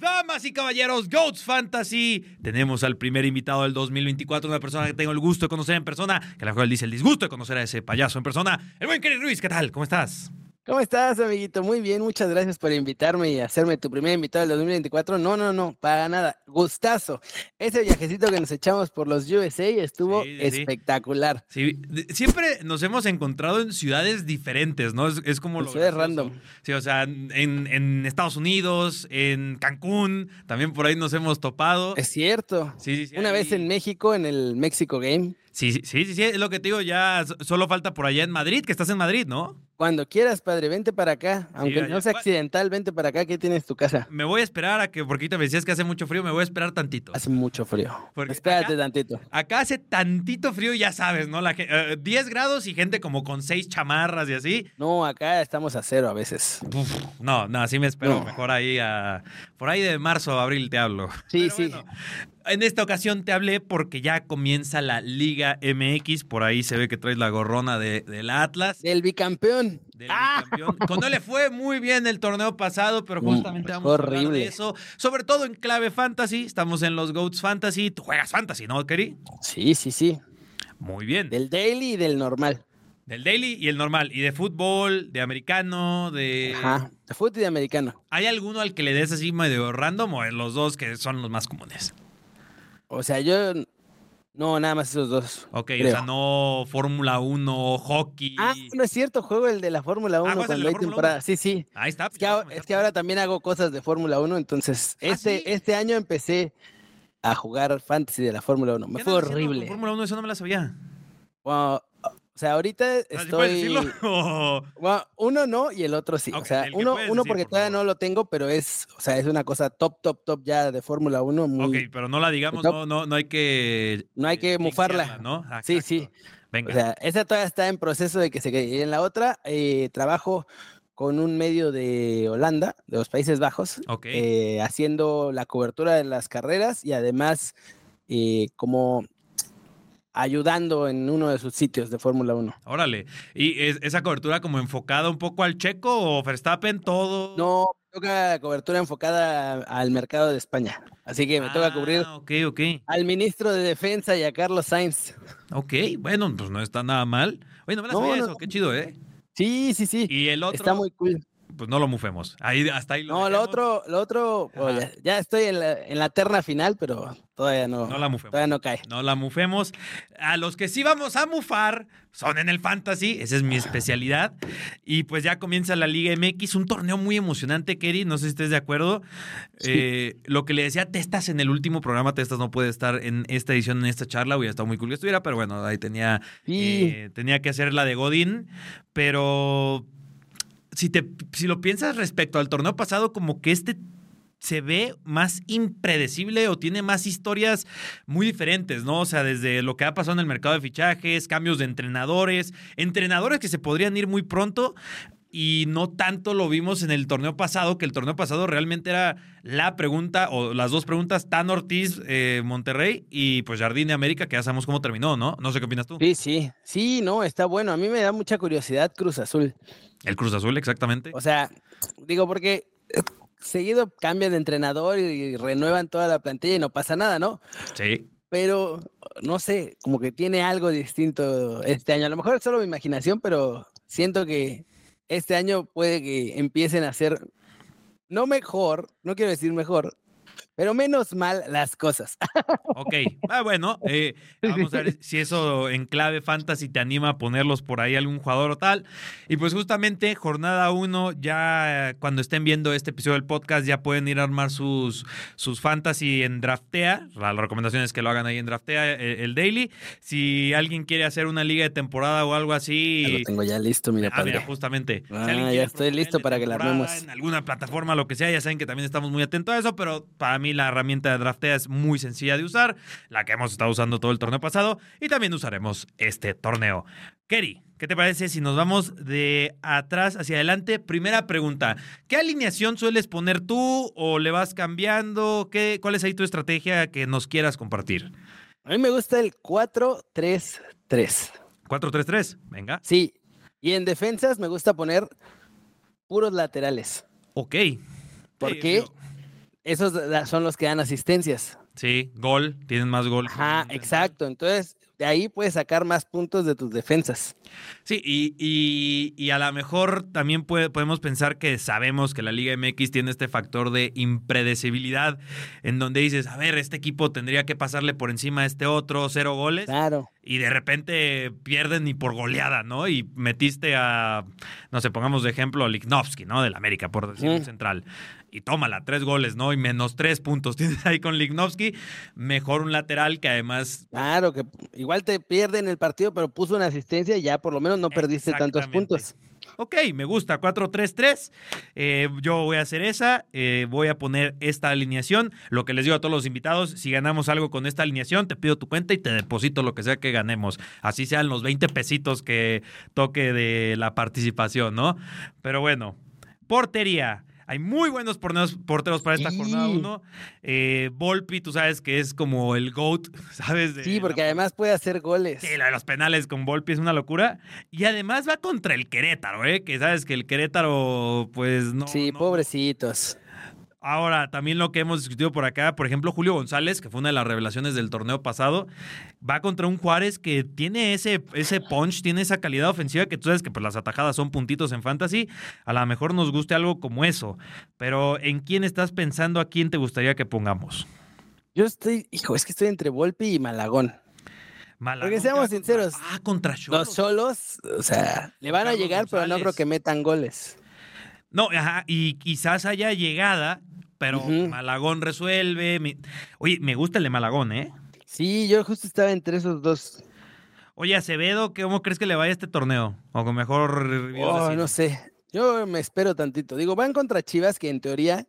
Damas y caballeros, Goats Fantasy. Tenemos al primer invitado del 2024, una persona que tengo el gusto de conocer en persona, que a lo mejor dice el disgusto de conocer a ese payaso en persona. El buen Kenny Ruiz, ¿qué tal? ¿Cómo estás? ¿Cómo estás, amiguito? Muy bien, muchas gracias por invitarme y hacerme tu primer invitado del 2024. No, no, no, para nada. Gustazo. Ese viajecito que nos echamos por los USA estuvo Sí, sí, sí. espectacular. Sí, de- siempre nos hemos encontrado en ciudades diferentes, ¿no? Es, es como En lo ciudades gracioso. random. Sí, o sea, en, en Estados Unidos, en Cancún, también por ahí nos hemos topado. Es cierto. Sí, sí, sí, Una ahí- vez en México, en el México Game. Sí, sí, sí, sí, sí, es lo que te digo, ya so- solo falta por allá en Madrid, que estás en Madrid, ¿no? Cuando quieras, padre, vente para acá. Aunque vaya. no sea accidental, vente para acá, que tienes tu casa. Me voy a esperar a que, porque ahorita me decías que hace mucho frío, me voy a esperar tantito. Hace mucho frío. Porque Espérate acá- tantito. Acá hace tantito frío, y ya sabes, ¿no? La, gen- eh, 10 grados y gente como con seis chamarras y así. No, acá estamos a cero a veces. Uf, no, no, así me espero. No. Mejor ahí a. Por ahí de marzo, abril te hablo. Sí, Pero sí. bueno, en esta ocasión te hablé porque ya comienza la Liga MX. Por ahí se ve que traes la gorrona de- del Atlas. Del bicampeón. del ¡Ah! bicampeón. Con- no le fue muy bien el torneo pasado, pero Mm, justamente vamos a hablar de horrible. eso. Sobre todo en clave fantasy. Estamos en los Goats Fantasy. Tú juegas fantasy, ¿no, Kerry? Sí, sí, sí. Muy bien. Del daily y del normal. Del daily y el normal. Y de fútbol, de americano, de... Ajá. De Eh, fútbol y de americano. ¿Hay alguno al que le des así medio random o en los dos que son los más comunes? O sea, yo. n- No, nada más esos dos. Ok, o creo. sea, no Fórmula 1, hockey. Ah, no es cierto, juego el de la Fórmula 1 Ah, ¿juegas el de cuando la hay Fórmula temporada. 1? Sí, sí. Ahí está. Es pues que, ya ahora, vamos a es que ahora también hago cosas de Fórmula 1, entonces ¿Ah, este, sí? este año empecé a jugar fantasy de la Fórmula 1. Me ¿Qué fue andas haciendo con horrible. Fórmula 1, eso no me la sabía. Wow, O sea, ahorita Ah, ¿sí puedes estoy. decirlo? O- Bueno, uno no y el otro sí. Ok, o sea, el que uno, puedes uno decir, porque por todavía favor. no lo tengo, pero es, o sea, es una cosa top, top, top ya de Fórmula 1. Ok, Muy, pero no la digamos, Top. no, no, no hay que... No hay que eh, mufarla. jinxearla, ¿no? Ah, Sí, exacto. sí. Venga. O sea, esa todavía está en proceso de que se quede. Y en la otra, eh, trabajo con un medio de Holanda, de los Países Bajos, ok. eh, haciendo la cobertura de las carreras y además eh, como ayudando en uno de sus sitios de Fórmula 1. Órale. ¿Y es- esa cobertura como enfocada un poco al checo o Verstappen todo? No, me toca cobertura enfocada al mercado de España. Así que me toca cubrir Ah, Ok, ok. al ministro de Defensa y a Carlos Sainz. Ok, bueno, pues no está nada mal. Oye, no me la No, sabía no, eso, qué chido, ¿eh? Sí, sí, sí. Y el otro, Está muy cool. pues no lo mufemos. Ahí, hasta ahí lo No, lo dejemos, otro, lo otro, oh, Ajá. ya, ya estoy en la, en la terna final, pero todavía no, No la mufemos. todavía no cae. No la mufemos. A los que sí vamos a mufar son en el fantasy, esa es Ah. mi especialidad. Y pues ya comienza la Liga MX, un torneo muy emocionante, Kerry, no sé si estés de acuerdo. Sí. Eh, lo que le decía a Testas en el último programa, Testas no puede estar en esta edición, en esta charla, hubiera estado muy cool que estuviera, pero bueno, ahí tenía, Sí, eh, tenía que hacer la de Godín, pero si, te, si lo piensas respecto al torneo pasado, como que este se ve más impredecible o tiene más historias muy diferentes, ¿no? O sea, desde lo que ha pasado en el mercado de fichajes, cambios de entrenadores, entrenadores que se podrían ir muy pronto. Y no tanto lo vimos en el torneo pasado, que el torneo pasado realmente era la pregunta, o las dos preguntas, Tan Ortiz, eh, Monterrey y pues Jardín de América, que ya sabemos cómo terminó, ¿no? No sé qué opinas tú. sí, sí, sí, no, está bueno. A mí me da mucha curiosidad Cruz Azul. El Cruz Azul, exactamente. O sea, digo, porque eh, seguido cambian de entrenador y renuevan toda la plantilla y no pasa nada, ¿no? Sí. Pero, no sé, como que tiene algo distinto este año. A lo mejor es solo mi imaginación, pero siento que este año puede que empiecen a hacer, no mejor, no quiero decir mejor, pero menos mal las cosas. Ok, ah, bueno, eh, vamos a ver si eso en clave fantasy te anima a ponerlos por ahí algún jugador o tal. Y pues justamente jornada 1, ya eh, cuando estén viendo este episodio del podcast ya pueden ir a armar sus, sus fantasy en Draftea. La, la recomendación es que lo hagan ahí en Draftea, eh, el, daily. Si alguien quiere hacer una liga de temporada o algo Ya lo así... tengo ya listo, mira, Ah, mira, padre. justamente. Si Ah, alguien ya quiere estoy proponerle listo para que la temporada armemos. En alguna plataforma, lo que sea, ya saben que también estamos muy atentos a eso, pero para mí la herramienta de Draftea es muy sencilla de usar, la que hemos estado usando todo el torneo pasado y también usaremos este torneo. Kerry, ¿qué te parece si nos vamos de atrás hacia adelante? Primera pregunta, ¿qué alineación sueles poner tú o le vas cambiando? ¿Qué, ¿Cuál es ahí tu estrategia que nos quieras compartir? A mí me gusta el 4-3-3. 4-3-3, venga. Sí. Y en defensas me gusta poner puros laterales. Ok. ¿Por Sí, qué? digo, esos da- son los que dan asistencias. Sí, gol, tienen más gol. Ajá, exacto. Entonces, de ahí puedes sacar más puntos de tus defensas. Sí, y, y- y a lo mejor también puede- podemos pensar que sabemos que la Liga MX tiene este factor de impredecibilidad, en donde dices, a ver, este equipo tendría que pasarle por encima a este otro, cero goles, Claro. y de repente pierden ni por goleada, ¿no? Y metiste a, no sé, pongamos de ejemplo a Lichnowsky, ¿no? Del América, por decir un Sí. central. Y tómala, tres goles, ¿no? Y menos tres puntos tienes ahí con Lichnowsky. Mejor un lateral que además... Claro, que igual te pierden el partido, pero puso una asistencia y ya por lo menos no perdiste tantos Exactamente. puntos. Ok, me gusta, 4-3-3. Eh, yo voy a hacer esa. eh, voy a poner esta alineación. Lo que les digo a todos los invitados, si ganamos algo con esta alineación, te pido tu cuenta y te deposito lo que sea que ganemos. Así sean los 20 pesitos que toque de la participación, ¿no? Pero bueno, portería. Hay muy buenos porneos- porteros para esta Sí. jornada 1. Volpi, tú sabes que es como el GOAT, ¿sabes? De Sí, la porque además puede hacer goles. Sí, lo de los penales con Volpi es una locura. Y además va contra el Querétaro, ¿eh? Que sabes que el Querétaro, pues no. Sí, no. pobrecitos. Ahora, también lo que hemos discutido por acá, por ejemplo, Julio González, que fue una de las revelaciones del torneo pasado, va contra un Juárez que tiene ese, ese punch, tiene esa calidad ofensiva que tú sabes que pues, las atajadas son puntitos en fantasy. A lo mejor nos guste algo como eso. Pero, ¿en quién estás pensando? ¿A quién te gustaría que pongamos? Yo estoy, hijo, es que estoy entre Volpi y Malagón. Malagón, Porque seamos contra- sinceros, Ah, contra Los Cholos. solos, o sea, le van a Carlos llegar, pero no creo González. que metan goles. No, ajá, y quizás haya llegada, pero Ujú. Malagón resuelve. mi- Oye, me gusta el de Malagón, ¿eh? Sí, yo justo estaba entre esos dos. Oye, Acevedo, ¿qué- ¿cómo crees que le vaya a este torneo? O con mejor... reviews Oh, así. no sé. Yo me espero tantito. Digo, van contra Chivas, que en teoría,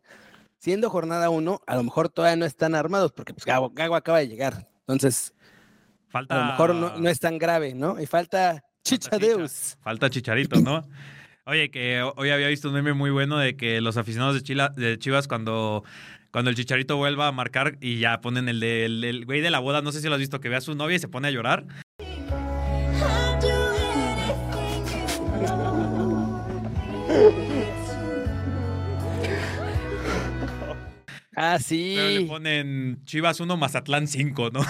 siendo jornada uno, a lo mejor todavía no están armados, porque pues, Gago, Gago acaba de llegar. Entonces, Falta... a lo mejor no, no es tan grave, ¿no? Y falta Chicha. Chichadeus. Falta Chicharito, ¿no? Oye, que ho- hoy había visto un meme muy bueno de que los aficionados de, Chila- de Chivas cuando... Cuando el chicharito vuelva a marcar y ya ponen el del el güey de la boda, no sé si lo has visto, que ve a su novia y se pone a llorar. I'll do anything you Pero Ah, le sí. ponen Chivas 1, Mazatlán 5, ¿no? o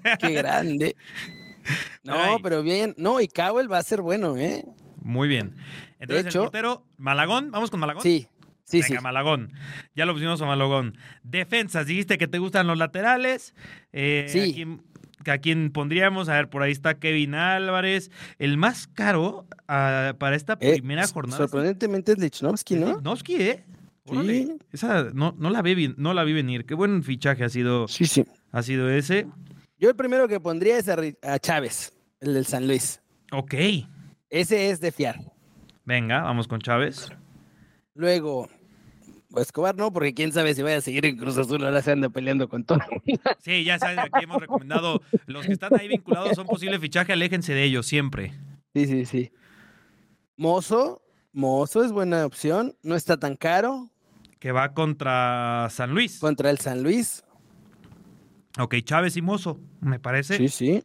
sea, Qué grande. No, Ay. pero bien. No, y Cowell va a ser bueno, ¿eh? Muy bien. Entonces, hecho- el portero, Malagón, vamos con Malagón. Sí, sí, Venga, sí. Malagón. Ya lo pusimos a Malagón. Defensas, dijiste que te gustan los laterales. Eh, Sí. ¿a quién, a quién pondríamos? A ver, por ahí está Kevin Álvarez. El más caro ah, para esta Eh, primera s- jornada. Sorprendentemente es Lichnowsky, ¿no? Lichnowsky, ¿eh? Órale. Sí. Esa no, no la vi, ven- no la vi venir. Qué buen fichaje ha sido, Sí, sí. ha sido ese. Yo el primero que pondría es a, Ri- a Chávez, el del San Luis. Ok. Ese es de fiar. Venga, vamos con Chávez. Luego, Escobar no, porque quién sabe si vaya a seguir en Cruz Azul, ahora se anda peleando con todo. Sí, ya saben, aquí hemos recomendado. Los que están ahí vinculados son posible fichaje, aléjense de ellos siempre. Sí, sí, sí. Mozo, Mozo es buena opción, no está tan caro Que va contra San Luis. contra el San Luis. Ok, Chávez y Mozo, me parece. Sí, sí.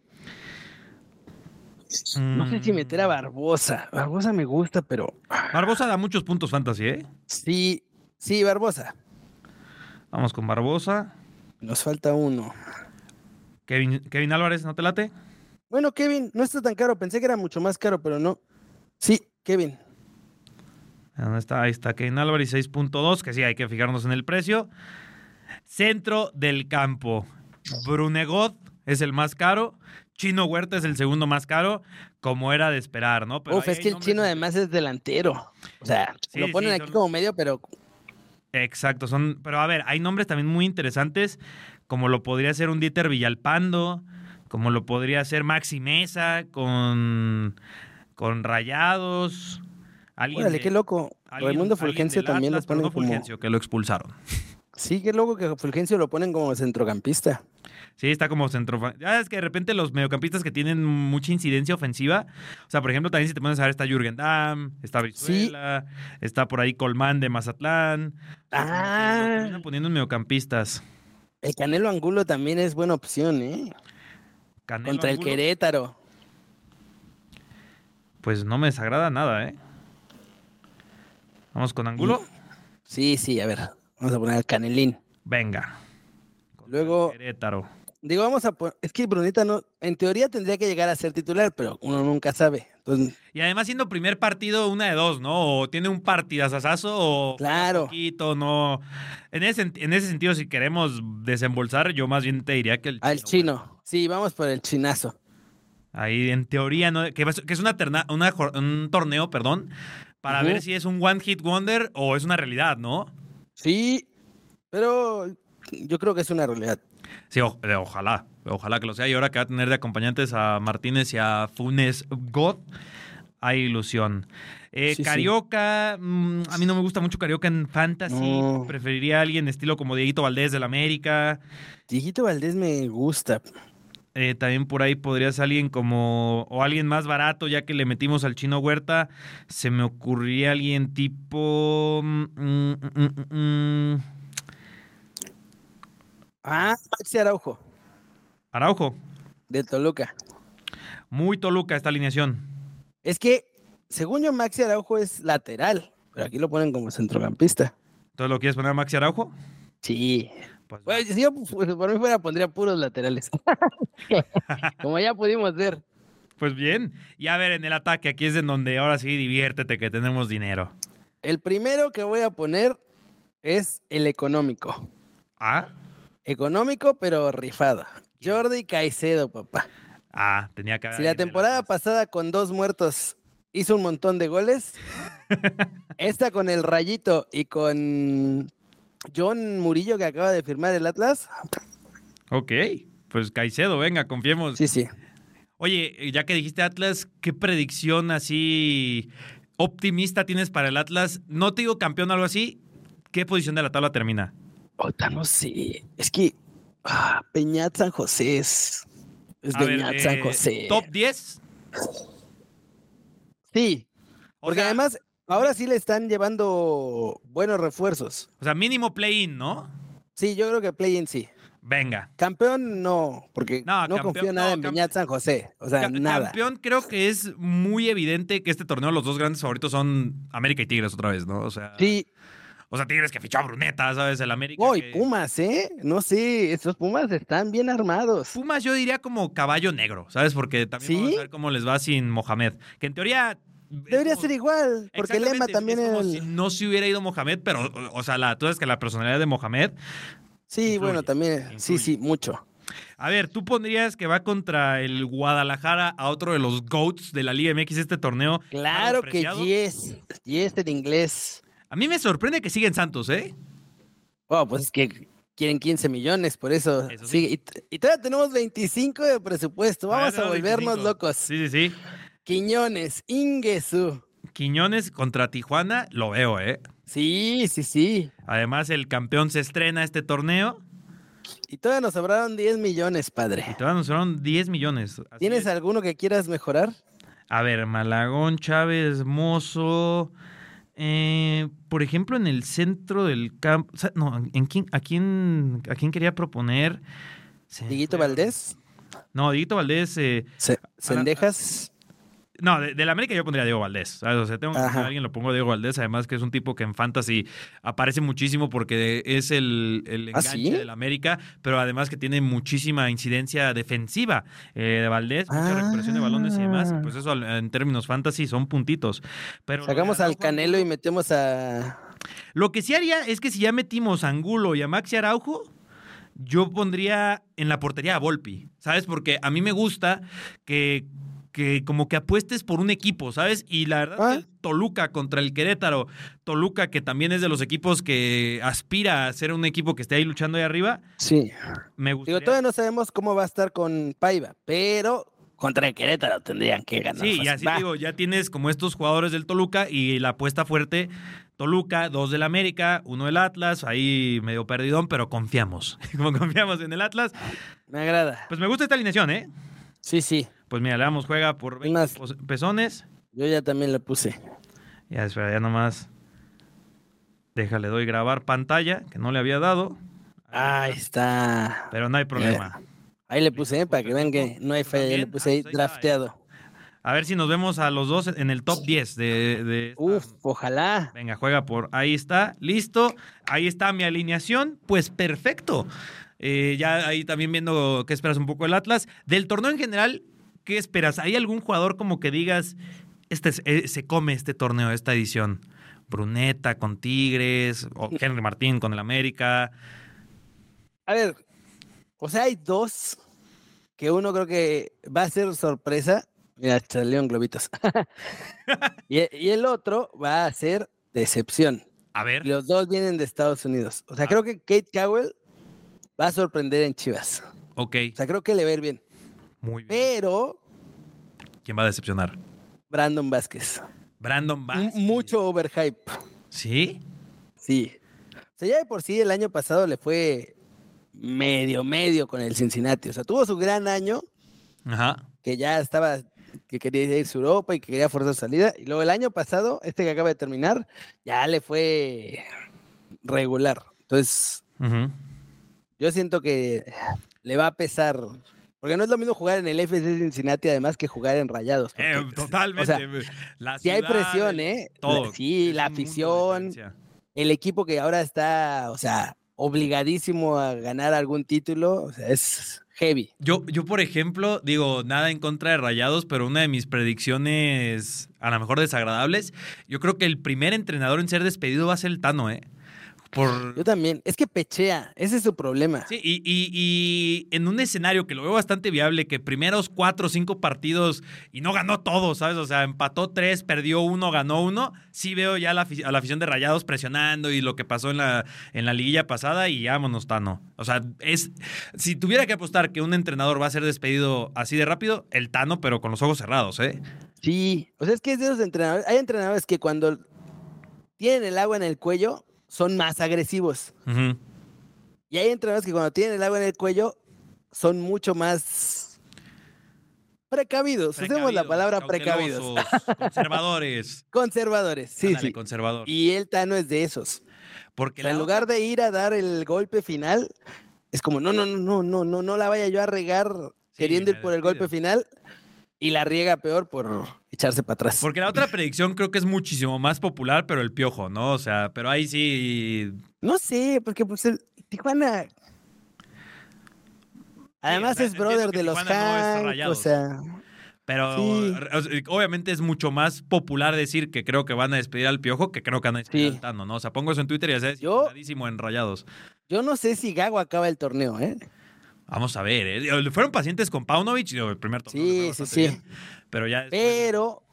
No sé si Mm. meter a Barbosa. Barbosa me gusta, pero Barbosa da muchos puntos fantasy, ¿eh? sí, sí, Barbosa. Vamos con Barbosa. Nos falta uno. Kevin, Kevin Álvarez, ¿no te late? Bueno, Kevin, no está tan caro. Pensé que era mucho más caro, pero no. Sí, Kevin. ¿Dónde está? Ahí está Kevin Álvarez, 6.2, que sí, hay que fijarnos en el precio. Centro del campo. Brunegot es el más caro. Chino Huerta es el segundo más caro, como era de esperar, ¿no? Uf, ahí es hay que el nombres chino interesantes. además es delantero. O sea, Sí, lo ponen sí, aquí son- como medio, pero Exacto, son, pero a ver, hay nombres también muy interesantes, como lo podría ser un Dieter Villalpando, como lo podría ser Maxi Mesa con, con Rayados, alguien órale, de- qué loco. alguien- Raimundo alguien Fulgencio del también Atlas, lo pero ponen no como. Fulgencio, que lo expulsaron. Sí, qué loco que Fulgencio lo ponen como centrocampista. Sí, está como centro. Ya es que de repente los mediocampistas que tienen mucha incidencia ofensiva. O sea, por ejemplo, también si te pones a ver, está Jürgen Damm, está Brizuela, está por ahí Colmán de Mazatlán. O sea, como que los Ah. terminan poniendo en mediocampistas. El Canelo Angulo también es buena opción, ¿eh? Canelo Contra el Angulo. Querétaro. Pues no me desagrada nada, ¿eh? Vamos con Angulo. Sí, sí, a ver. Vamos a poner al Canelín. Venga. Luego, Querétaro. digo, vamos a poner. Es que Bruneta no. En teoría tendría que llegar a ser titular, pero uno nunca sabe. Entonces, Y además siendo primer partido, una de dos, ¿no? O tiene un partidazazazo o Claro. poquito, no. En ese, sen- en ese sentido, si queremos desembolsar, yo más bien te diría que el al Ah, chino. Sí, vamos por el chinazo. Ahí en teoría, ¿no? que, vas- que es una terna- una jor- un torneo, perdón, para Ujú. ver si es un one hit wonder o es una realidad, ¿no? Sí, pero yo creo que es una realidad. Sí, o- eh, ojalá, ojalá que lo sea. Y ahora que va a tener de acompañantes a Martínez y a Funes God, hay ilusión. Eh, Sí, sí. Carioca, mm, a mí no me gusta mucho Carioca en Fantasy. No. Preferiría a alguien estilo como Dieguito Valdés del América. Dieguito Valdés me gusta. Eh, también por ahí podría ser alguien como. o alguien más barato, ya que le metimos al chino Huerta. Se me ocurriría alguien tipo. mm, mm, mm, mm, mm, Ah, Maxi Araujo, Araujo. de Toluca. Muy Toluca esta alineación. Es que, según yo, Maxi Araujo es lateral, pero aquí lo ponen como centrocampista. Entonces, ¿lo quieres poner a Maxi Araujo? Sí. Pues, Bueno, si yo fu- por mí fuera, pondría puros laterales. como ya pudimos ver. Pues bien, y a ver, en el ataque, aquí es en donde ahora sí diviértete que tenemos dinero. El primero que voy a poner es el económico. Ah, Económico, pero rifado. Jordi Caicedo, papá. ah, tenía que haber Si la alguien de temporada Atlas. pasada con dos muertos hizo un montón de goles, esta con el Rayito y con John Murillo que acaba de firmar el Atlas. Ok, pues Caicedo, venga, confiemos. Sí, sí. Oye, ya que dijiste Atlas, ¿qué predicción así optimista tienes para el Atlas? No te digo campeón o algo así. ¿Qué posición de la tabla termina? Ota, no sé. Es que ah, Peñat San José es, es A ver, Peñat San eh, José. Top 10. Sí, O porque sea- además ahora sí le están llevando buenos refuerzos. O sea, mínimo play-in, ¿no? Sí, yo creo que play en sí. Venga. Campeón no, porque No, no, campeón- confío nada no, en campe- Peñat San José. O sea, Ca- nada. Campeón, creo que es muy evidente que este torneo los dos grandes favoritos son América y Tigres otra vez, ¿no? O sea, Sí, o sea Tigres que fichó a Bruneta, ¿sabes? El América. No, y que- Pumas, ¿eh? No sé, estos Pumas están bien armados. Pumas yo diría como caballo negro, ¿sabes? Porque también ¿Sí? vamos a ver cómo les va sin Mohamed. Que en teoría... es Debería como- ser igual, porque el Lema Exactamente, también es como el- si no se hubiera ido Mohamed, pero, o, o sea, la, tú sabes que la personalidad de Mohamed. Sí, bueno, influye, también. Sí, influye. sí, mucho. A ver, tú pondrías que va contra el Guadalajara a otro de los GOATs de la Liga MX este torneo. Claro Harold que Preciado. yes. Yes en inglés. A mí me sorprende que siguen Santos, ¿eh? Oh, pues es que quieren 15 millones, por eso. Eso sí. sigue. Y t- y, todavía tenemos 25 de presupuesto. Vamos a Todavía tenemos volvernos 25. locos. Sí, sí, sí. Quiñones, Ingesu. Quiñones contra Tijuana, lo veo, ¿eh? Sí, sí, sí. Además, el campeón se estrena este torneo Y todavía nos sobraron 10 millones, y padre. te van a sonar 10 millones. Así ¿Tienes es. alguno que quieras mejorar? A ver, Malagón, Chávez, Mozo. eh, por ejemplo, en el centro del campo. o sea, no, ¿en quién, a, quién, ¿a quién quería proponer? Se me Diguito fue. Valdés, No, Diguito Valdés. eh, Se- Sendejas. no, de, de la América yo pondría a Diego Valdés. ¿sabes? O sea, tengo que poner a Ajá. alguien, lo pongo a Diego Valdés. Además, que es un tipo que en Fantasy aparece muchísimo porque es el, el ¿Ah, enganche sí? del América, pero además que tiene muchísima incidencia defensiva eh, de Valdés, mucha recuperación de balones y demás. Y Ah. pues eso al- en términos Fantasy son puntitos. Pero lo de Sacamos al Araujo, Canelo y metemos a. Lo que sí haría es que si ya metimos a Angulo y a Maxi Araujo, yo pondría en la portería a Volpi, ¿sabes? Porque a mí me gusta que, que como que apuestes por un equipo, ¿sabes? Y la verdad, Ah. el Toluca contra el Querétaro, Toluca que también es de los equipos que aspira a ser un equipo que esté ahí luchando ahí arriba, Sí. me Digo, gustaría... todavía no sabemos cómo va a estar con Paiva, pero contra el Querétaro tendrían que ganar. Sí, y fácil. así Va. digo, ya tienes como estos jugadores del Toluca y la apuesta fuerte, Toluca, dos del América, uno del Atlas, ahí medio perdidón, pero confiamos, como confiamos en el Atlas. Me agrada. Pues me gusta esta alineación, ¿eh? Sí, sí. Pues mira, le damos juega por Es 20 más, pos- pezones. yo ya también lo puse. Ya, espera, ya nomás. Déjale, doy grabar pantalla, que no le había dado. Ahí está. Ah, Pero no hay problema. Ahí le puse, eh, para que vean que no hay falla. Yo le También, ah, puse ahí pues ahí está, eh. drafteado. A ver si nos vemos a los dos en el top 10 de... de esta- Uf, ojalá. Venga, juega por. Ahí está, listo. Ahí está mi alineación. Pues perfecto. Eh, ya ahí también viendo qué esperas un poco del Atlas. Del torneo en general, ¿qué esperas? ¿Hay algún jugador como que digas, este es- eh, se come este torneo, esta edición? Bruneta con Tigres, o Henry Martín con el América. A ver, o sea, hay dos que uno creo que va a ser sorpresa. Mira, salieron globitos. y, e- y el otro va a ser decepción. A Y ver, Los dos vienen de Estados Unidos. O sea, creo que Kate Cowell va a sorprender en Chivas. ok, O sea, creo que le va a ir bien. muy bien. Pero ¿Quién va a decepcionar? Brandon Vázquez. Brandon m- Vázquez. Mucho overhype. ¿Sí? Sí. O sea, ya de por sí el año pasado le fue medio, medio con el Cincinnati. O sea, tuvo su gran año, Ajá. que ya estaba, que quería irse a Europa y que quería forzar su salida. Y luego el año pasado, este que acaba de terminar, ya le fue regular. Entonces, Ujú. yo siento que le va a pesar. Porque no es lo mismo jugar en el FC Cincinnati, además, que jugar en Rayados. Eh, porque, pues, totalmente. o sea, La sí hay ciudad, presión, el- ¿eh? La- Todo. sí, Es la un mundo de afición, diferencia. el equipo que ahora está, o sea, obligadísimo a ganar algún título, o sea, es heavy. Yo, yo, por ejemplo, digo, nada en contra de Rayados, pero una de mis predicciones, a lo mejor desagradables, yo creo que el primer entrenador en ser despedido va a ser el Tano, ¿eh? Por... Yo también. Es que pechea, ese es su problema. Sí, y, y- y en un escenario que lo veo bastante viable, que primeros cuatro o cinco partidos y no ganó todos, ¿sabes? O sea, empató tres, perdió uno, ganó uno. Sí veo ya a la, afi- a la afición de Rayados presionando y lo que pasó en la, en la liguilla pasada y vámonos, Tano. O sea, es si tuviera que apostar que un entrenador va a ser despedido así de rápido, el Tano, pero con los ojos cerrados, ¿eh? Sí, o sea, es que es de esos entrenadores. Hay entrenadores que cuando tienen el agua en el cuello son más agresivos. Ujú. Y hay entrenadores que cuando tienen el agua en el cuello son mucho más precavidos. Usemos la Precavidos, palabra precavidos. cautelosos, Conservadores. Conservadores, sí, Ándale, sí. conservador. Y el Tano es de esos. Porque O sea, la en lugar de ir a dar el golpe final, es como, no, no, no, no, no, no, no la vaya yo a regar Sí, queriendo me ir por el golpe despido. final y la riega peor por echarse para atrás. Porque la otra predicción creo que es muchísimo más popular, pero el piojo, ¿no? O sea, pero ahí sí. No sé, porque pues el Tijuana. Además sea, es entiendo brother que de los Tijuana no es Hank, o Rayados. sea, Pero Sí. o sea, obviamente es mucho más popular decir que creo que van a despedir al piojo que creo que van a despedir Sí. al Tano, ¿no? O sea, pongo eso en Twitter y ya sabes, Yo- enrayados. en rayados. yo no sé si Gago acaba el torneo, ¿eh? Vamos a ver, ¿eh? Digo, Fueron pacientes con Paunovic, digo, el primer torneo. le fue Sí, sí, bastante sí. bien, pero ya. después- Pero,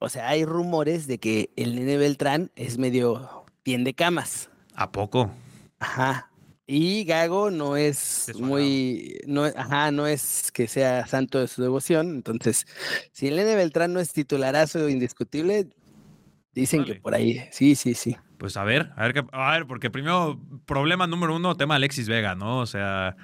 o sea, hay rumores de que el nene Beltrán es medio tiende camas. ¿A poco? Ajá. Y Gago no De es su muy, no, es- ajá, no es que sea santo de su devoción. Entonces, si el nene Beltrán no es titularazo indiscutible, dicen que Órale. por ahí. Sí, sí, sí. Pues a ver, a ver, qué- a ver, porque primero, problema número uno, tema Alexis Vega, ¿no? O sea,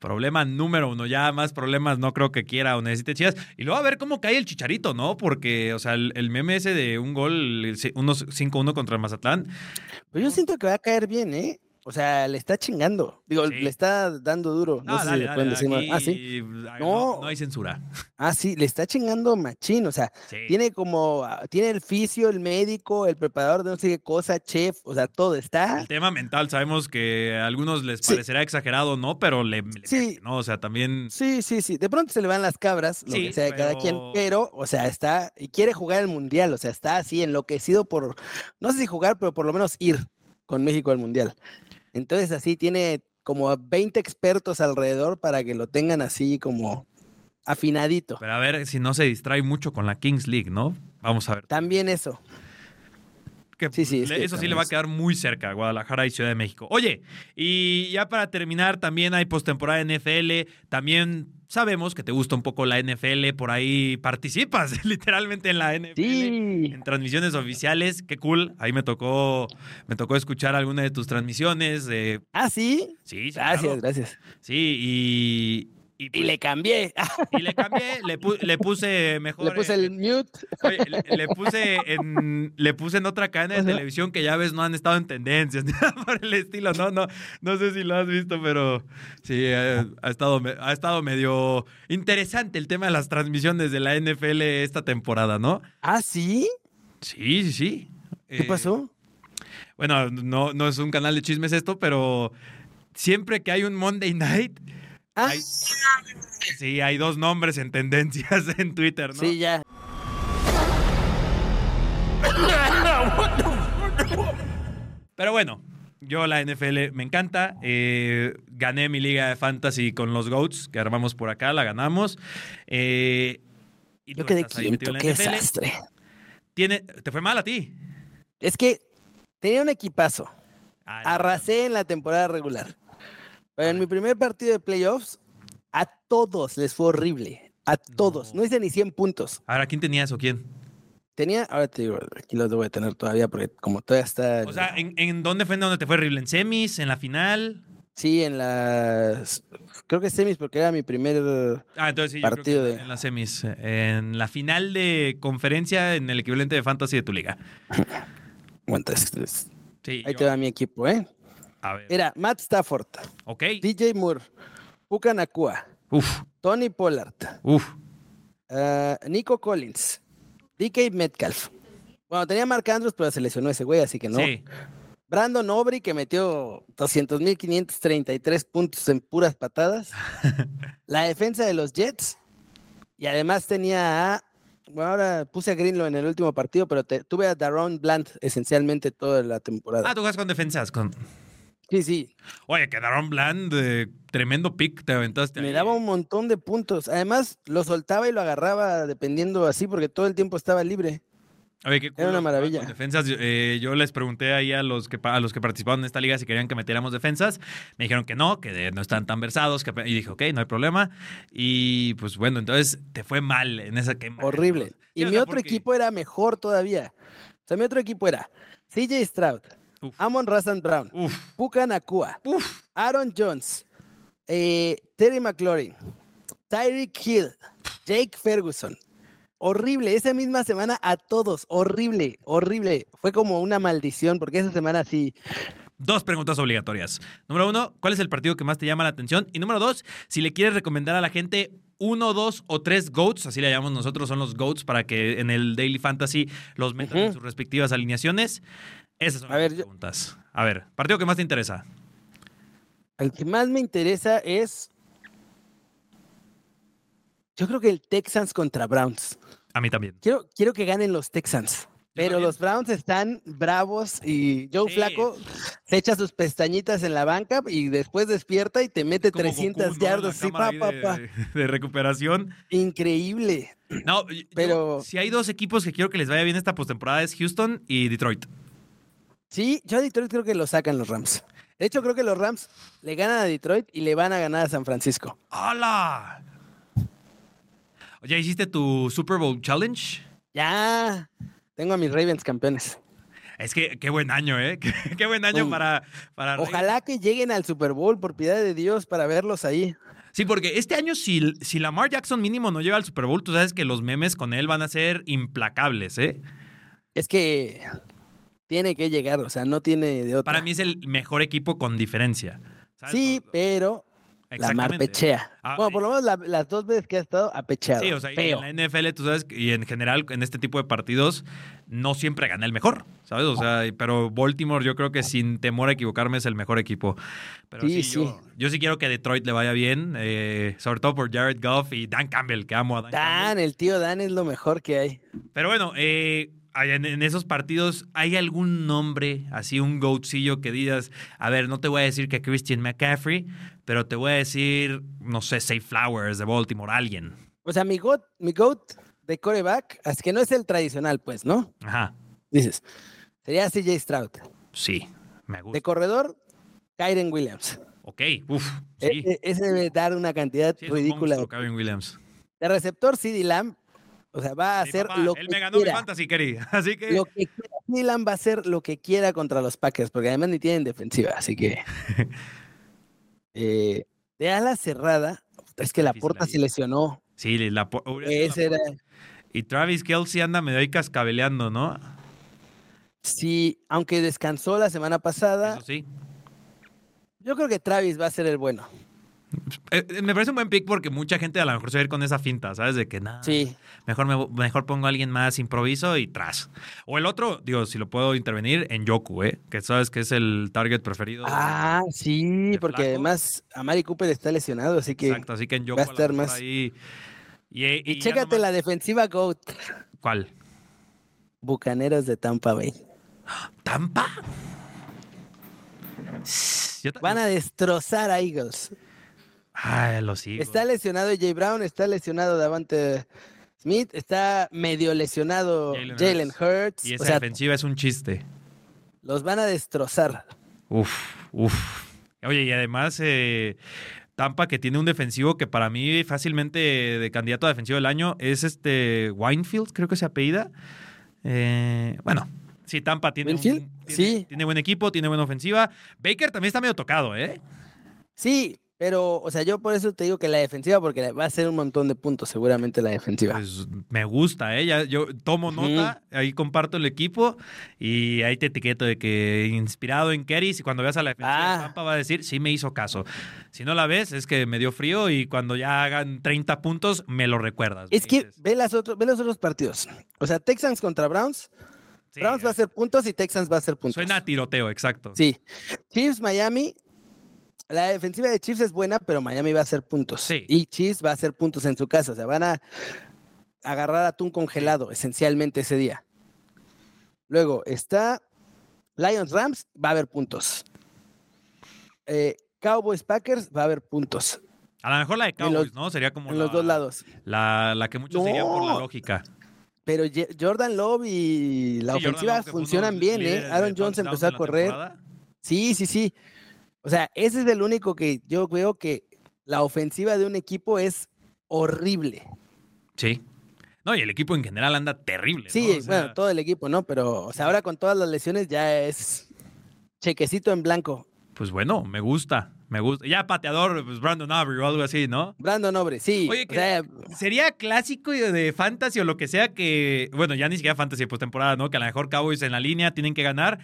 problema número uno, ya más problemas no creo que quiera o necesite Chivas. Y luego a ver cómo cae el chicharito, ¿no? Porque, o sea, el, el meme ese de un gol, el ci- unos 5-1 contra el Mazatlán, Pues yo siento que va a caer bien, ¿eh? O sea, le está chingando. Digo, Sí. le está dando duro. No, No, sé dale, si le dale, pueden decir más. Ah, sí. aquí, ah, No. No, no hay censura. Ah, sí, le está chingando machín. O sea, Sí. tiene como, ah, tiene el fisio, el médico, el preparador de no sé qué cosa, chef, o sea, todo está. El tema mental, sabemos que a algunos les Sí. parecerá exagerado, ¿no? Pero le, le Sí. mete, ¿no? O sea, también. Sí, sí, sí. De pronto se le van las cabras, lo Sí, que sea de cada quien, pero- pero, o sea, está y quiere jugar el mundial, o sea, está así enloquecido por, no sé si jugar, pero por lo menos ir con México al mundial. Entonces, así tiene como a 20 expertos alrededor para que lo tengan así como afinadito. Pero a ver si no se distrae mucho con la Kings League, ¿no? Vamos a ver. También eso. Que Sí, sí, es le- que eso sí le va a también es- quedar muy cerca a Guadalajara y Ciudad de México. Oye, y ya para terminar, también hay postemporada NFL. También sabemos que te gusta un poco la NFL. Por ahí participas literalmente en la NFL. Sí. En transmisiones oficiales, qué cool. Ahí me tocó, me tocó escuchar alguna de tus transmisiones. eh, Ah, sí. sí, sí, claro. Gracias, gracias. Sí, y, Y, Y le cambié. Ah, y le cambié, le, pu- le puse mejor. Le puse eh, el mute. Oye, le, le puse en, le puse en otra cadena de Ajá. televisión que ya ves no han estado en tendencias, nada por el estilo. No, no, no sé si lo has visto, pero sí, eh, ha, estado, me- ha estado medio interesante el tema de las transmisiones de la NFL esta temporada, ¿no? ¿Ah, sí? Sí, sí, sí. ¿Qué Eh, pasó? Bueno, no, no es un canal de chismes esto, pero siempre que hay un Monday Night, Ah, hay- sí, hay dos nombres en tendencias en Twitter, ¿no? sí, ya. Pero bueno, yo la NFL me encanta. Eh, gané mi liga de fantasy con los GOATs que armamos por acá, la ganamos. Eh, y Yo tú quedé estás ahí metido quinto, en la qué NFL. desastre. Tiene- ¿Te fue mal a ti? Es que tenía un equipazo. Ah, no. Arrasé en la temporada regular. Pero en mi primer partido de playoffs, a todos les fue horrible. A todos. No. No, hice ni 100 puntos. Ahora, ¿quién tenías o quién? Tenía, ahora te digo, aquí los debo de tener todavía porque como todavía está... O sea, ¿en, en dónde fue en donde te fue horrible? ¿En semis? ¿En la final? sí, en las... Creo que semis porque era mi primer... Ah, entonces sí, yo creo que Partido de- en las semis. En la final de conferencia en el equivalente de fantasy de tu liga. Aguanta, es- es- Sí, Ahí yo- te va mi equipo, ¿eh? a ver. Era Matt Stafford, Ok. DJ Moore, Puka Nakua, Uf, Tony Pollard, uf. ah, Nico Collins, DK Metcalf. Bueno, tenía Mark Andrews, pero se lesionó ese güey, así que no. Sí. Brandon Aubrey, que metió 200.533 puntos en puras patadas. la defensa de los Jets. Y además tenía a... Bueno, ahora puse a Greenlow en el último partido, pero te- tuve a Daron Bland esencialmente toda la temporada. Ah, tú juegas con defensas. Con... sí, sí. Oye, quedaron bland, eh, tremendo pick te aventaste. Me ahí. daba un montón de puntos. Además, lo soltaba y lo agarraba dependiendo así, porque todo el tiempo estaba libre. Oye, qué Era una cool, maravilla. con defensas, eh, yo les pregunté ahí a los que pa- a los que participaron en esta liga si querían que metiéramos defensas. Me dijeron que no, que de- no están tan versados. que ape- y dije, ok, no hay problema. Y pues bueno, entonces te fue mal en esa quema. Horrible. Y mi otro equipo era mejor todavía. O sea, mi otro equipo era CJ Stroud, Uf. Amon Razan Brown, Uf, Puka Nakua, uf. Aaron Jones, eh, Terry McLaurin, Tyreek Hill, Jake Ferguson. Horrible, esa misma semana a todos, horrible, horrible. Fue como una maldición, porque esa semana sí, Dos preguntas obligatorias. Número uno, ¿cuál es el partido que más te llama la atención? Y número dos, si le quieres recomendar a la gente uno, dos o tres GOATs, así le llamamos nosotros, son los GOATs para que en el Daily Fantasy los metan en Ujú. sus respectivas alineaciones. Esas son A las ver, dos yo- preguntas. A ver, partido que más te interesa. El que más me interesa es. Yo creo que el Texans contra Browns. A mí también. Quiero, quiero que ganen los Texans. Pero también. los Browns están bravos y Joe Sí. Flaco se echa sus pestañitas en la banca y después despierta y te mete Como Goku, 300 ¿no? yardas. La Sí, cámara pa, ahí pa, de- pa. de recuperación. Increíble. No, yo- Pero- si hay dos equipos que quiero que les vaya bien esta postemporada es Houston y Detroit. Sí, yo a Detroit creo que lo sacan los Rams. De hecho, creo que los Rams le ganan a Detroit y le van a ganar a San Francisco. ¡Hala! ¿Ya hiciste tu Super Bowl Challenge? Ya. Tengo a mis Ravens campeones. Es que qué buen año, ¿eh? Qué, qué buen año Mm. para, para... Ojalá que lleguen al Super Bowl, por piedad de Dios, para verlos ahí. Sí, porque este año si, si Lamar Jackson mínimo no llega al Super Bowl, tú sabes que los memes con él van a ser implacables, ¿eh? Es que tiene que llegar, o sea, no tiene de otra. Para mí es el mejor equipo con diferencia. ¿sabes? Ah. sí, pero la mar Exactamente. pechea. Ah, bueno, por lo menos la- las dos veces que ha estado, ha pecheado. Sí, o sea, y Feo. en la NFL, tú sabes, que- y en general, en este tipo de partidos, no siempre gana el mejor, ¿sabes? O sea, y- pero Baltimore, yo creo que sin temor a equivocarme, es el mejor equipo. Pero sí, Sí, Yo, yo sí quiero que Detroit le vaya bien, eh, sobre todo por Jared Goff y Dan Campbell, que amo a Dan, Dan, Campbell. el tío Dan es lo mejor que hay. Pero bueno, eh, hay- en, en esos partidos, ¿hay algún nombre, así un goatcillo que digas, a ver, no te voy a decir que Christian McCaffrey, pero te voy a decir, no sé, Safe Flowers de Baltimore, alguien. O sea, mi goat, mi goat de coreback, así que no es el tradicional, pues, ¿no? Ajá, Dices, sería CJ Stroud. sí, me gusta. De corredor, Kyren Williams. Ok, uff. Sí, E- e- Ese debe dar una cantidad sí, es un ridícula. monstruo, Kevin Williams. De receptor, CD Lamb, o sea, va a Mi hacer papá, lo él que me ganó mi quiera. fantasy, querida. Así que. Lo que quiera. CD Lamb va a hacer lo que quiera contra los Packers, porque además ni tienen defensiva, así que. eh, de ala cerrada, puta, Es que la difícil porta se vida. lesionó. Sí, la por- hubiera sido la Ese era. Y Travis Kelsey anda medio ahí cascabeleando, ¿no? Sí, aunque descansó la semana pasada, Eso sí. yo creo que Travis va a ser el bueno. Eh, eh, me parece un buen pick porque mucha gente a lo mejor se va a ir con esa finta, ¿sabes? De que nada. Sí, Mejor, me, mejor pongo a alguien más, improviso y tras. O el otro, digo, si lo puedo intervenir, en Yoku, ¿eh? Que sabes que es el target preferido. Ah, sí, de porque flaco. además Amari Cooper está lesionado, así que. Exacto, así que en Yoku va a lo estar mejor más. ahí. Y, y Y ya chécate nomás- la defensiva GOAT, ¿Cuál? Bucaneros de Tampa Bay. ¿Tampa? Yo ta- Van a destrozar a Eagles. Ay, lo sigo. Está lesionado Jay Brown, está lesionado Davante Smith, está medio lesionado Jalen Jalen Hurts. Hurts. Y esa O sea, defensiva es un chiste. los van a destrozar. Uf, uf. Oye, y además, eh, Tampa, que tiene un defensivo que para mí fácilmente de candidato a defensivo del año es este Winefield, creo que se apellida. Eh, bueno, sí, Tampa tiene, un- ¿Winfield? tiene- Sí. tiene buen equipo, tiene buena ofensiva. Baker también está medio tocado, ¿eh? Sí, pero, o sea, yo por eso te digo que la defensiva, porque la- va a ser un montón de puntos seguramente la defensiva. Pues me gusta, ¿eh? Ya yo tomo Ujú. nota, ahí comparto el equipo y ahí te etiqueto de que inspirado en Keris y cuando veas a la defensiva de Ah. Tampa va a decir, sí me hizo caso. Si no la ves, es que me dio frío y cuando ya hagan 30 puntos, me lo recuerdas. me es que pues, dices. ve, las otro- ve los otros partidos. O sea, Texans contra Browns. Sí, Browns va a hacer puntos y Texans va a hacer puntos. Suena a tiroteo, exacto. Sí. Chiefs, Miami. La defensiva de Chiefs es buena, pero Miami va a hacer puntos. Sí. Y Chiefs va a hacer puntos en su casa. O sea, van a agarrar atún congelado, esencialmente ese día. Luego está Lions Rams, va a haber puntos. Eh, Cowboys Packers, va a haber puntos. A lo mejor la de En los- Cowboys, ¿no? Sería como en la, los dos lados. La, la que muchos dirían por la No. lógica. Pero Ye- Jordan Love y la Sí, Jordan ofensiva Love, que fue uno de funcionan los bien, ¿eh? líderes de Aaron Jones touchdowns empezó a en la correr. temporada. Sí, sí, sí. O sea, ese es el único que yo veo que la ofensiva de un equipo es horrible. Sí. No, y el equipo en general anda terrible. ¿no? Sí, O sea, bueno, todo el equipo, ¿no? Pero, o sea, ahora con todas las lesiones ya es chequecito en blanco. Pues bueno, me gusta, me gusta. Ya pateador, pues Brandon Avery o algo así, ¿no? Brandon Nobre, sí. Oye, o que- sea, Sería clásico y de fantasy o lo que sea que, bueno, ya ni siquiera fantasy pues temporada, ¿no? Que a lo mejor Cowboys en la línea tienen que ganar.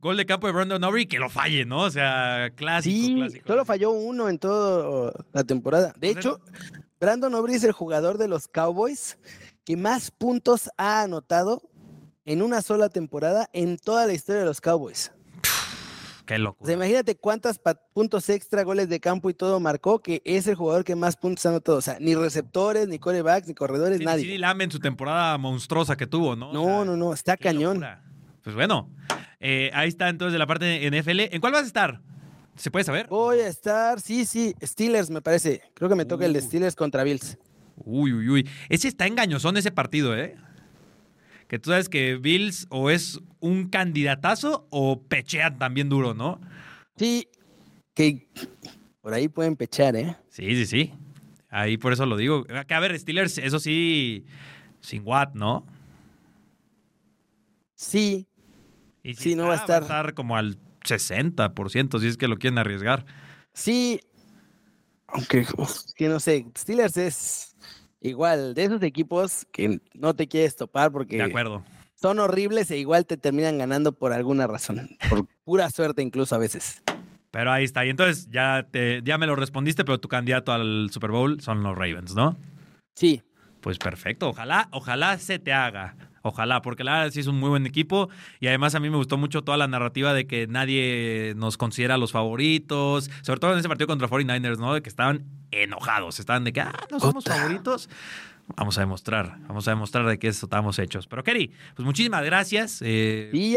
Gol de campo de Brandon Avery que lo falle, ¿no? O sea, clásico, sí, clásico. solo falló uno en toda la temporada. De O sea, hecho, Brandon Nobre es el jugador de los Cowboys que más puntos ha anotado en una sola temporada en toda la historia de los Cowboys. Qué O sea, loco. Pues imagínate cuántos puntos extra, goles de campo y todo marcó, que es el jugador que más puntos ha anotado. O sea, ni receptores, ni corebacks, ni corredores, nadie. Sí, en su temporada monstruosa que tuvo, ¿no? O no, sea, no, no, está qué cañón. locura. Pues bueno, eh, ahí está entonces de la parte de NFL. ¿En cuál vas a estar? ¿Se puede saber? Voy a estar, sí, sí, Steelers me parece. Creo que me toca el de Uy. Steelers contra Bills. Uy, uy, uy. Ese está engañosón ese partido, ¿eh? Que tú sabes que Bills o es un candidatazo o pechean también duro, ¿no? Sí, que por ahí pueden pechar, ¿eh? Sí, sí, sí. Ahí por eso lo digo. Que a ver, Steelers, eso sí, sin Watt, ¿no? Sí, Y ah, Sí, no va a está, estar. como al 60%, si es que lo quieren arriesgar. sí. Aunque, uf, que no sé, Steelers es igual, de esos equipos que no te quieres topar porque... De acuerdo. son horribles e igual te terminan ganando por alguna razón. Por pura suerte incluso a veces. Pero ahí está. Y entonces ya, te, ya me lo respondiste, pero tu candidato al Super Bowl son los Ravens, ¿no? Sí, Pues perfecto, ojalá, ojalá se te haga. Ojalá, porque la verdad sí es un muy buen equipo y además a mí me gustó mucho toda la narrativa de que nadie nos considera los favoritos, sobre todo en ese partido contra 49ers, ¿no? De que estaban enojados, estaban de que, ah, no somos Puta. favoritos. Vamos a demostrar, vamos a demostrar de que eso estamos hechos. Pero Kerry, pues muchísimas gracias. eh, sí.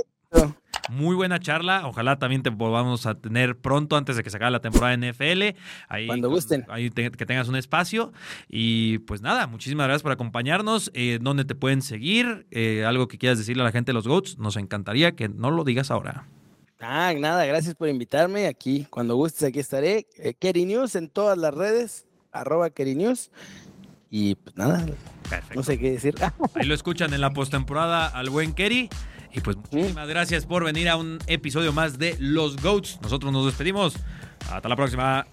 Muy buena charla. Ojalá también te volvamos a tener pronto antes de que se acabe la temporada de NFL. Ahí Cuando con- gusten. Ahí te- que tengas un espacio. Y pues nada, muchísimas gracias por acompañarnos. Eh, ¿Dónde te pueden seguir? Eh, algo que quieras decirle a la gente de los GOATs. Nos encantaría que no lo digas ahora. Ah, nada, gracias por invitarme aquí. Cuando gustes, aquí estaré. Eh, Keri News en todas las redes, arroba Keri News. Y pues nada, Perfecto. no sé qué decir. Ah, Ahí lo escuchan en la postemporada al buen Kerry. Y pues muchísimas gracias por venir a un episodio más de Los GOATs. Nosotros nos despedimos. Hasta la próxima.